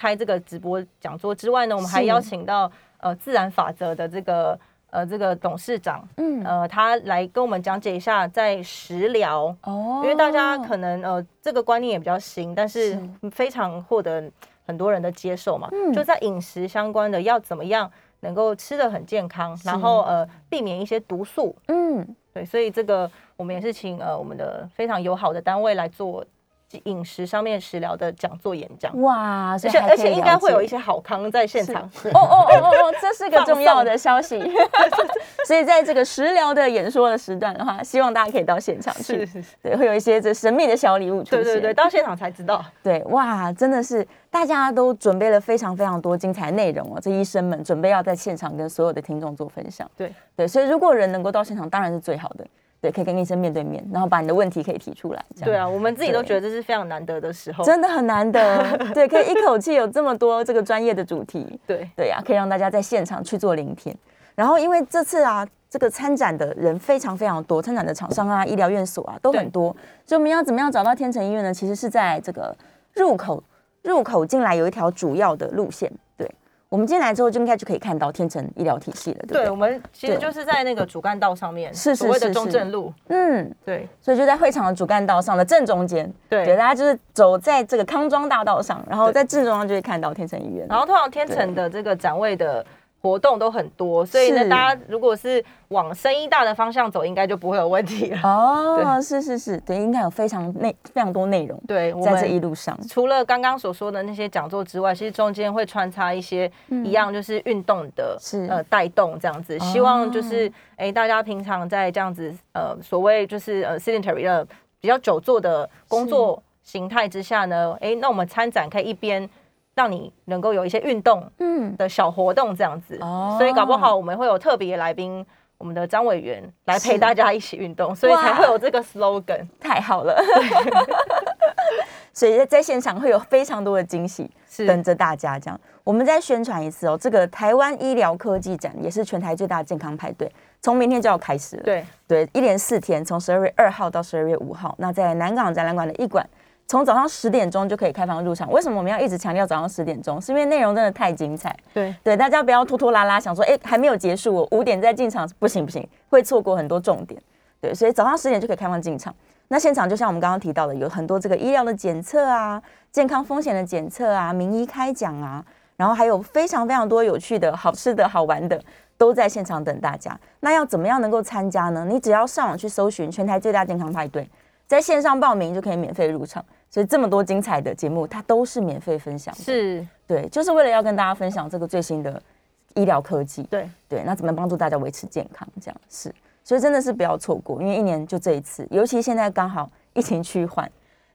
开这个直播讲座之外呢，我们还
是
邀请到呃自然法则的这个呃这个董事长，
嗯，
呃他来跟我们讲解一下在食疗。
哦
因为大家可能呃这个观念也比较新，但是非常获得很多人的接受嘛。
嗯
就在饮食相关的，要怎么样能够吃的很健康，然后呃避免一些毒素，
嗯
对，所以这个我们也是请呃我们的非常友好的单位来做饮食上面食疗的讲座演讲，
哇，
而
所以
且
嗯还可以
而且应该会有一些
了
好康在现场。
解哦哦哦哦哦，这是个重要的消息。 所以在这个食疗的演说的时段的话，希望大家可以到现场去，
是是
对，会有一些这神秘的小礼物出
对
现。
对对，到现场才知道。
对，哇，真的是大家都准备了非常非常多精彩内容哦，这医生们准备要在现场跟所有的听众做分享。
对
对，所以如果人能够到现场，当然是最好的。对，可以跟医生面对面，然后把你的问题可以提出来，这样
对哦啊，我们自己都
对
觉得这是非常难得的时候。
真的很难得。对，可以一口气有这么多这个专业的主题，
对，
对啊呀、可以让大家在现场去做聆听。然后因为这次啊，这个参展的人非常非常多，参展的厂商啊、医疗院所啊都很多，所以我们要怎么样找到天成医院呢？其实是在这个入口入口进来有一条主要的路线，对我们进来之后就应该就可以看到天成医疗体系了，对不对？
对，我们其实
对
就是在那个主干道上面，
是是
所谓的
是
中
是
正路。
嗯，
对
所以就在会场的主干道上的正中间，
对
大家就是走在这个康庄大道上，然后
对
在正中央就会看到天成医院，
然后通常天成的这个展位的活动都很多，所以呢，
是
大家如果是往深医大的方向走，应该就不会有问题了。
哦，是是是，对，应该有非常内非常多内容，
对，我
在这一
们
路上，
除了刚刚所说的那些讲座之外，其实中间会穿插一些一样就是运动的、
嗯是哦
呃带动这样子，希望就是哎、大家平常在这样子呃所谓就是呃 sedentary 的比较久坐的工作形态之下呢，哎、那我们参展可以一边让你能够有一些运动，
嗯，
的小活动这样子，
哦
所以搞不好我们会有特别来宾，我们的张委员来
是
陪大家一起运动，所以
哇
才会有这个 slogan。
太好了。 所以在在现场会有非常多的惊喜
是
等着大家。这样，我们再宣传一次哦，这个台湾医疗科技展也是全台最大的健康派对，从明天就要开始了。
对，
对，一连四天，从十二月二号到十二月五号，那在南港展览馆的一馆。从早上十点钟就可以开放入场。为什么我们要一直强调早上十点钟？是因为内容真的太精彩。
对，
对，大家不要拖拖拉拉，想说哎、诶还没有结束，我五点再进场，不行不行，会错过很多重点。对，所以早上十点就可以开放进场。那现场就像我们刚刚提到的，有很多这个医疗的检测啊、健康风险的检测啊、名医开讲啊，然后还有非常非常多有趣的好吃的好玩的，都在现场等大家。那要怎么样能够参加呢？你只要上网去搜寻全台最大健康派对，在线上报名就可以免费入场。所以这么多精彩的节目，它都是免费分享的。
是，
对，就是为了要跟大家分享这个最新的医疗科技。
对，
对，那怎么帮助大家维持健康？这样是，所以真的是不要错过，因为一年就这一次，尤其现在刚好疫情趋缓，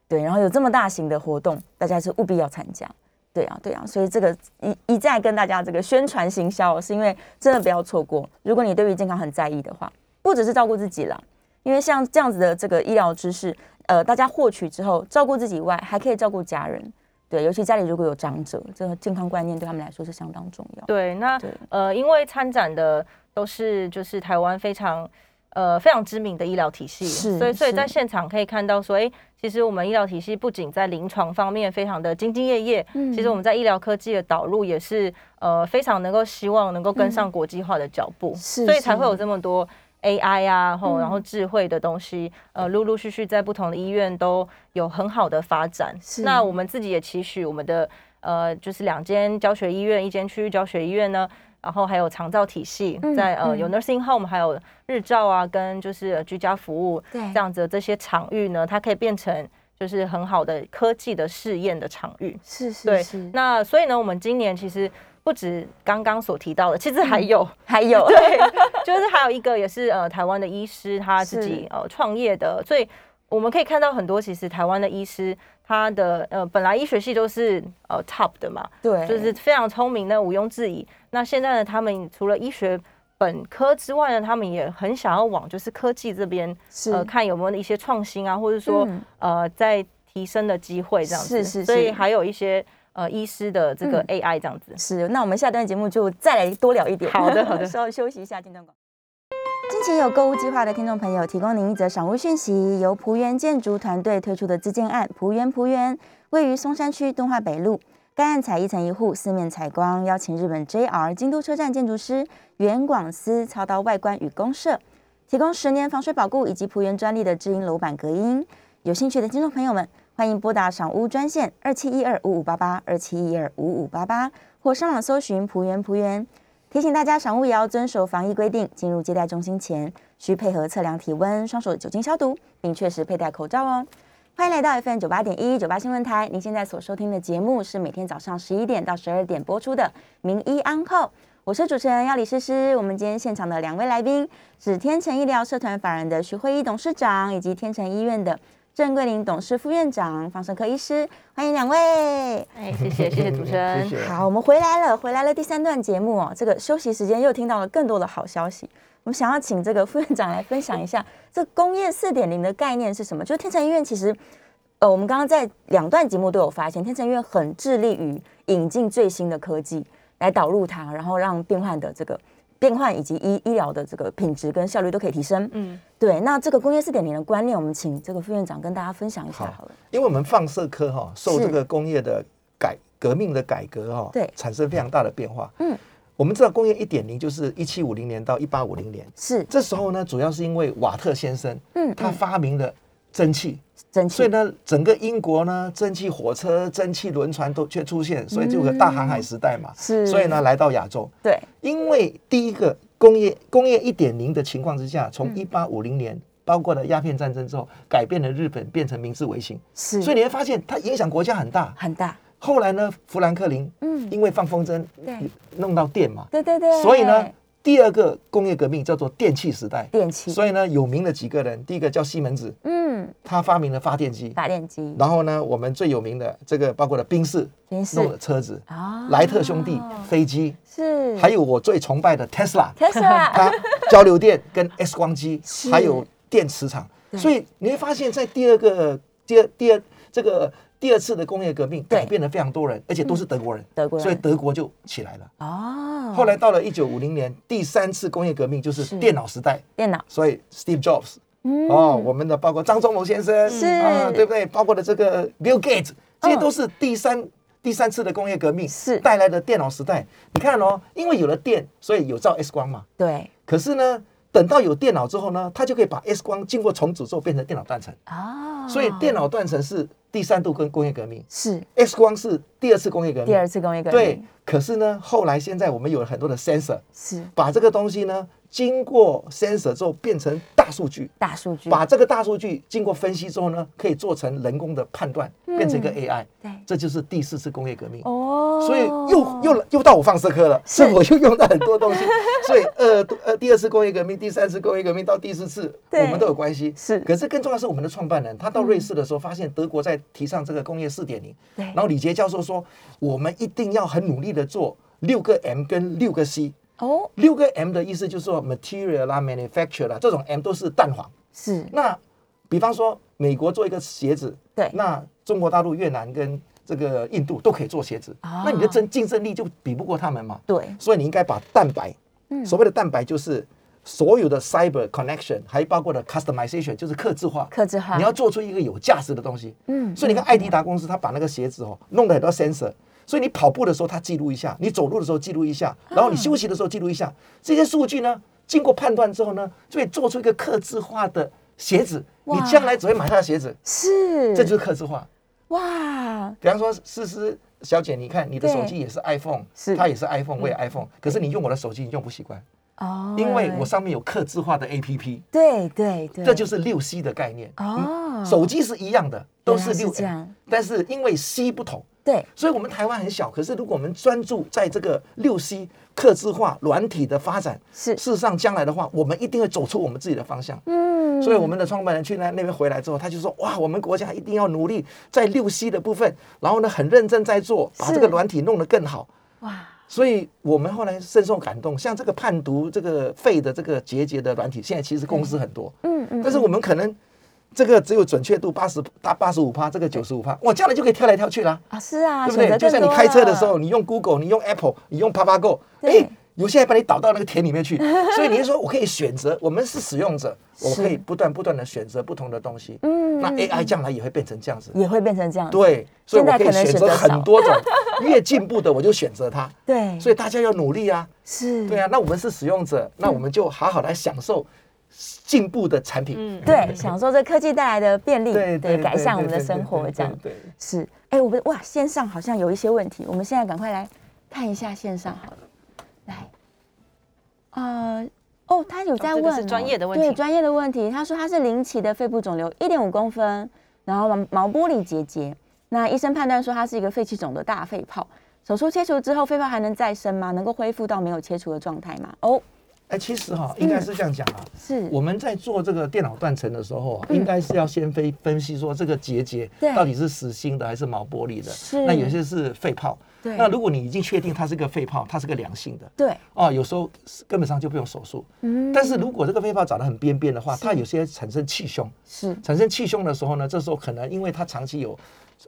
对，然后有这么大型的活动，大家是务必要参加。对啊，对啊，所以这个一一再跟大家这个宣传行销，是因为真的不要错过。如果你对于健康很在意的话，不只是照顾自己啦，因为像这样子的这个医疗知识，呃，大家获取之后，照顾自己以外，还可以照顾家人。对，尤其家里如果有长者，这个健康观念对他们来说是相当重要。
对。那
对
呃，因为参展的都是就是台湾非常呃非常知名的医疗体系，
是
所以所以
是
在现场可以看到说，哎、其实我们医疗体系不仅在临床方面非常的兢兢业业，
嗯
其实我们在医疗科技的导入也是呃非常能够希望能够跟上国际化的脚步，
嗯是
所以才
是嗯
会有这么多 AI 啊，后然后智慧的东西，呃，陆陆续续在不同的医院都有很好的发展。
是
那我们自己也期许我们的呃，就是两间教学医院，一间区域教学医院呢。然后还有长照体系，
嗯
在呃
嗯
有 nursing home，还有日照啊，跟就是、呃居家服务
对
这样子的这些场域呢，它可以变成就是很好的科技的试验的场域。
是是
对
是，，
那所以呢，我们今年其实不止刚刚所提到的，其实
嗯
还 有，
还有
对，就是还有一个也是呃台湾的医师他自己
是
呃创业的，所以我们可以看到很多其实台湾的医师他的呃本来医学系都是呃 top 的嘛，
对，
就是非常聪明的，毋庸置疑。那现在呢，他们除了医学本科之外呢，他们也很想要往就是科技这边，
是
呃，看有没有一些创新啊，或者说、
嗯
呃，在提升的机会这样子。
是是
所以
是
还有一些呃医师的这个
嗯
AI 这样子。
是，那我们下段节目就再来多聊一点。
好的好 的
稍微休息一下，进段广告。近期有购物计划的听众朋友，提供您一则赏屋讯息：由璞园建筑团队推出的自建案“璞园璞园”，位于松山区敦化北路。该案采一层一户，四面采光，邀请日本 JR 京都车站建筑师袁广司操刀外观与公社，提供十年防水保固以及璞园专利的制音楼板隔音。有兴趣的听众朋友们，欢迎拨打赏屋专线二七一二五五八八二七一二五五八八，或上网搜寻璞园璞园。提醒大家，赏屋也要遵守防疫规定，进入接待中心前需配合测量体温、双手酒精消毒，并确实佩戴口罩哦。欢迎来到 FM 九八点一九八新闻台，您现在所收听的节目是每天早上十一点到十二点播出的《名医安后》，我是主持人要李诗诗。我们今天现场的两位来宾是天成医疗社团法人的徐慧仪董事长，以及天成医院的郑桂林董事副院长、放射科医师，欢迎两位。
哎，谢谢谢谢主持人。
谢谢。
好，我们回来了，回来了第三段节目哦。这个休息时间又听到了更多的好消息。我们想要请这个副院长来分享一下，这工业四点零的概念是什么？就天成医院其实，呃，我们刚刚在两段节目都有发现，天成医院很致力于引进最新的科技来导入它，然后让病患的这个病患以及医医疗的这个品质跟效率都可以提升。
嗯，
对，那这个工业四点零的观念，我们请这个副院长跟大家分享一下好了。
因为我们放射科哈、受
是
这个工业的改革命的改革哈、
对
产生非常大的变化。
嗯，
我们知道工业一点零就是一七五零年到一八五零年，
是，
这时候呢，主要是因为瓦特先生
嗯，
他
嗯
发明了蒸汽，
真
所以
气
呢，整个英国呢，蒸汽火车、蒸汽轮船都却出现，所以就有个大航海时代嘛。
嗯是
所以呢，来到亚洲，
对，
因为第一个工业工业一点零的情况之下，
嗯
从一八五零年。包括了鸦片战争之后，改变了日本变成明治维新，
是，
所以你会发现它影响国家很大。
很大。
后来呢，富兰克林
嗯
因为放风筝
对
弄到电嘛，
对对对，
所以呢，第二个工业革命叫做电气时代。
电器，
所以呢，有名的几个人，第一个叫西门子，
嗯，
他发明了发电机。
打电机，
然后呢，我们最有名的这个包括了宾士
电视
弄的车子，
啊
莱特兄弟飞机，
是，
还有我最崇拜的 Tesla，
Tesla，
它交流电跟 X 光机
是，
还有电磁场，所以你会发现在第二个第二第二这个第二次的工业革命
对
改变了非常多人，而且都是德国人，
德国人
所以德国就起来了。
哦，
后来到了一九五零年，第三次工业革命就是
是
电脑时代，
电脑，
所以 Steve Jobs
嗯
哦，我们的包括张忠谋先生
是
啊，对不对？包括了这个 Bill Gates，这些
嗯
都是第三、第三次的工业革命
是
带来的电脑时代。你看哦，因为有了电，所以有照 X 光嘛。
对
可是呢，等到有电脑之后呢，它就可以把 X 光经过重组之后变成电脑断层。
哦，
所以电脑断层是第三度跟工业革命
是
，X 光是第二次工业革命。
第二次工业革命，
对，，可是呢，后来现在我们有了很多的 sensor，
是
把这个东西呢，经过 sensor 之后变成大数据。
大数据，
把这个大数据经过分析之后呢，可以做成人工的判断，变成一个 AI，、
对
这就是第四次工业革命。
嗯哦，
所以又又又到我放射科了，
是
所以我又用到很多东西。 所以呃呃，第二次工业革命、第三次工业革命到第四次，我
对
们都有关系。
是
可是更重要的是我们的创办人，他到瑞士的时候发现德国在提倡这个工业四点零，
对
然后李杰教授说，我们一定要很努力的做六个 M 跟六个 C。
哦
六个 M 的意思就是说 material 啦、manufacture 啦，这种 M 都是蛋黄。
是
那比方说美国做一个鞋子，
对
那中国大陆、越南跟这个印度都可以做鞋子，
啊
那你的争竞争力就比不过他们嘛。
对嗯
所以你应该把蛋白，所谓的蛋白就是所有的 cyber connection，还包括了 customization，就是客制化。
客制化，
你要做出一个有价值的东西。
嗯
所以你看艾迪达公司，他把那个鞋子哦弄了很多 sensor。所以你跑步的时候，它记录一下；你走路的时候记录一下，
嗯
然后你休息的时候记录一下。这些数据呢，经过判断之后呢，就会做出一个客制化的鞋子。
哇
你将来只会买它的鞋子，
是
这就是客制化。
哇
比方说，思思小姐，你看你的
对
手机也是 iPhone，
是嗯
它也是 iPhone，我也 iPhone，可是你用我的手机，你用不习惯，
哦，
因为我上面有客制化的 APP，
对对对，
这就是六 C 的概念。嗯
哦
手机是一样的，都
原来
是
是
六
这
M，
样
但是因为 C 不同，
对，
所以我们台湾很小。可是如果我们专注在这个六 C 客制化软体的发展，
是
事实上将来的话，我们一定会走出我们自己的方向。
嗯
所以我们的创办人去那那边回来之后，他就说：“哇，我们国家一定要努力在六 C 的部分，然后呢很认真在做，把
是
这个软体弄得更好。”
哇，
所以我们后来深受感动，像这个判读这个肺的这个结节的软体，现在其实公司很多，
嗯嗯，
但是我们可能这个只有准确度八十大八十五趴，这个九十五趴，哇，将来就可以跳来跳去啦，
啊是啊，
对不
选择
对？就像
更
你
多
开车的
了
时候，你用 Google，你用 Apple，你用 PapaGo，
对
哎，有些还把你导到那个田里 面去，所以你是说我可以选择，我们是使用者，我们可以不断不断的选择不同的东西，
嗯
那 AI 将来也会变成这样子，
也会变成这样，
对，所以
现在
我可以
可能
选
选
择
择少
很多种，越进步的我就选择它，
对，
所以大家要努力啊。
是，
对啊，那我们是使用者，那我们就好好来享受进步的产品。
嗯，
对，享受这科技带来的便利，
对对，
改善我们的
对
生活，
对
这样
对，对对
是。哎，我们哇，线上好像有一些问题，我们现在赶快来看一下线上好了，来，呃。哦，他有在
这
问
个
哦、
是专业的问题
对专业的问题。他说他是零期的肺部肿瘤，一点五公分，然后毛毛玻璃结节。那医生判断说他是一个肺气肿的大肺泡，手术切除之后，肺泡还能再生吗？能够恢复到没有切除的状态吗？哦，
哎，其实哈，应该是这样讲啊。
是，
我们在做这个电脑断层的时候啊，应该是要先分分析说这个结节
嗯对
到底是实心的还是毛玻璃的。
是
那有些是肺泡。
对
那如果你已经确定它是个肺泡，它是个良性的，
对，
哦，有时候是根本上就不用手术。
嗯
但是如果这个肺泡长得很边边的话，它有些产生气胸。
是
产生气胸的时候呢，这时候可能因为它长期有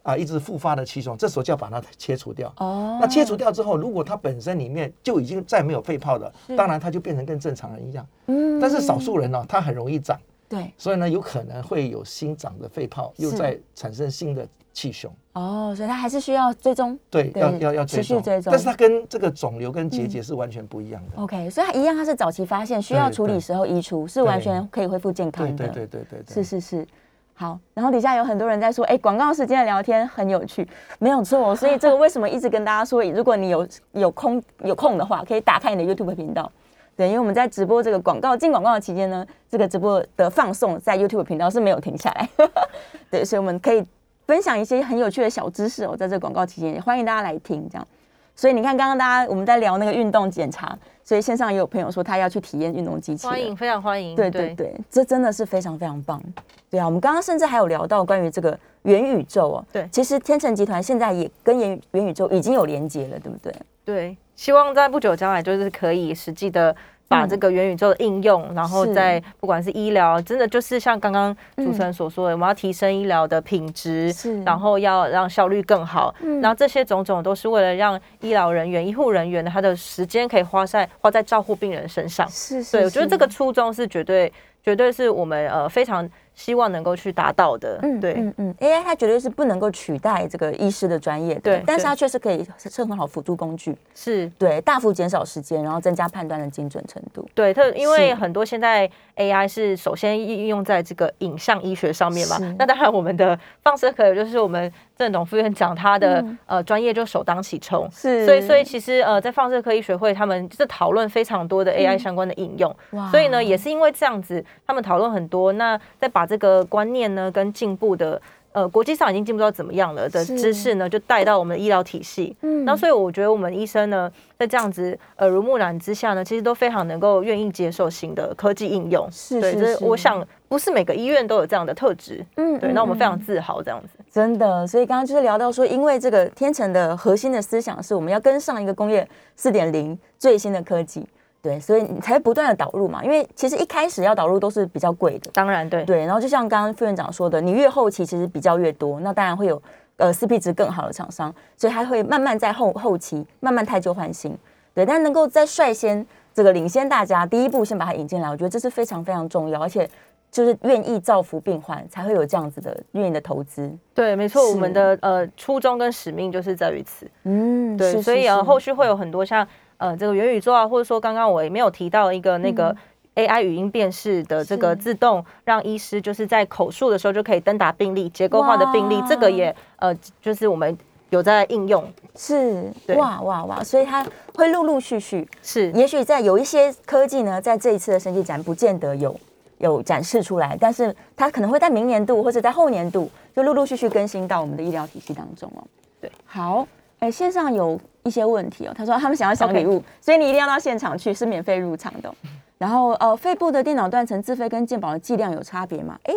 啊一直复发的气胸，这时候就要把它切除掉。
哦，
那切除掉之后，如果它本身里面就已经再没有肺泡了，当然它就变成跟正常人一样。
嗯
但是少数人呢、它很容易长，
对
所以呢，有可能会有新长的肺泡，又
是
再产生新的气胸。
哦，所以他还是需要追踪
对，
对
要要要
持
追
续
踪，
追踪嗯
但是它跟这个肿瘤跟结节是完全不一样的。
OK，所以它一样，它是早期发现，需要处理时候移除，是完全可以恢复健
对
康的。
对对对对对，
是是是。好，然后底下有很多人在说，哎，广告时间的聊天很有趣，没有错。所以这个为什么一直跟大家说，如果你有有空有空的话，可以打开你的 YouTube 频道。对，因为我们在直播这个广告进广告的期间呢，这个直播的放送在 YouTube 频道是没有停下来。 对，所以我们可以分享一些很有趣的小知识哦，在这个广告期间，也欢迎大家来听这样。所以你看，刚刚大家我们在聊那个运动检查，所以线上也有朋友说他要去体验运动机器人
欢迎，非常欢迎，
啊对对对，这真的是非常非常棒。对啊，我们刚刚甚至还有聊到关于这个元宇宙哦。
对
其实天成集团现在也跟元元宇宙已经有连接了，对不对？
对，希望在不久将来就是可以实际的把
嗯
这个元宇宙的应用，然后
是嗯
在不管是医疗，真的就是像刚刚主持人所说的，我们要提升医疗的品质
是，嗯
然后要让效率更好，然后这些种种都是为了让医疗人员、医护人员他的时间可以花在花在照顾病人身上。
是是
对，我觉得这个初衷是绝对绝对是我们呃非常希望能够去达到的。对，
嗯嗯，AI 它绝对是不能够取代这个医师的专业的，
对
但是
对
它确实可以是很好辅助工具，
是。
对，大幅减少时间，然后增加判断的精准程度。
对，特因
是
为很多现在 AI 是首先应用在这个影像医学上面嘛
是。
那当然，我们的放射科就是我们郑董副院长他的、呃专业就首当其冲。
嗯是
所以，所以其实呃，在放射科医学会，他们就是讨论非常多的
嗯
AI 相关的应用。
哇
所以呢，也是因为这样子，他们讨论很多，那再把这个观念呢跟进步的。呃，国际上已经进步到怎么样了的
是
知识呢，就带到我们的医疗体系。嗯，那所以我觉得我们医生呢，在这样子呃耳濡目染之下呢，其实都非常能够愿意接受新的科技应用。
是
对，
是
这
是
我想不是每个医院都有这样的特质。
嗯
对，
嗯
那我
嗯
们非常自豪这样子。
真的，所以刚刚就是聊到说，因为这个天成的核心的思想是我们要跟上一个工业四点零最新的科技，对，所以你才不断的导入嘛。因为其实一开始要导入都是比较贵的，
当然，对，
对。然后就像刚刚副院长说的，你越后期其实比较越多，那当然会有呃 CP 值更好的厂商，所以它会慢慢在后后期慢慢汰旧换新，对。但能够在率先这个领先大家，第一步先把它引进来，我觉得这是非常非常重要，而且就是愿意造福病患，才会有这样子的愿意的投资。
对，没错，
是
我们的呃初衷跟使命就是在于此。
嗯，
对，
是
所
是
以呃
是
后续会有很多像呃这个元宇宙啊，或者说刚刚我也没有提到一个那个。AI 语音辨识的这个
嗯是
自动让医师就是在口述的时候就可以登达病例，结构化的病例，
哇
这个也呃就是我们有在应用，
是
对
哇哇哇，所以它会陆陆续续，
是
也许在有一些科技呢，在这一次的生技展不见得有，有展示出来，但是它可能会在明年度或者在后年度就陆陆续续更新到我们的医疗体系当中哦。
对，
好，哎，线上有一些问题哦，他说他们想要抢礼物所以你一定要到现场去，是免费入场的哦、 然后呃，肺部的电脑断层自费跟健保的剂量有差别吗？哎，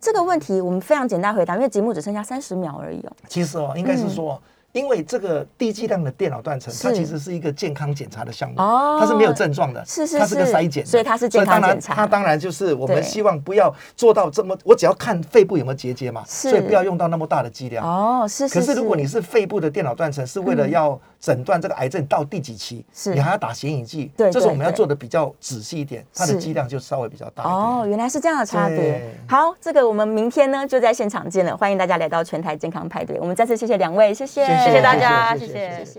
这个问题我们非常简单回答，因为节目只剩下三十秒而已哦。
其实哦，应该是说。因为这个低剂量的电脑断层，它
嗯是
其实是一个健康检查的项目，
哦
它是没有症状的，
是是
它是个
是
筛检的，
所以它是健康
所以当然
检查
它当然就是我
对
们希望不要做到这么，我只要看肺部有没有结节嘛，
是
所以不要用到那么大的剂量。
哦，是是
可是如果你是肺部的电脑断层，是为了要诊断这个癌症到第几期，
是
你还要打显影剂，
对
这是
对
我们要
对
做的比较仔细一点，它的
是
剂量就稍微比较大一点。
哦，原来是这样的差别
对。
好，这个我们明天呢就在现场见了，欢迎大家来到全台健康派对。我们再次谢谢两位，谢谢，
谢谢
谢
谢
谢
谢
大
大
家。
家，
谢谢谢谢
谢谢
谢谢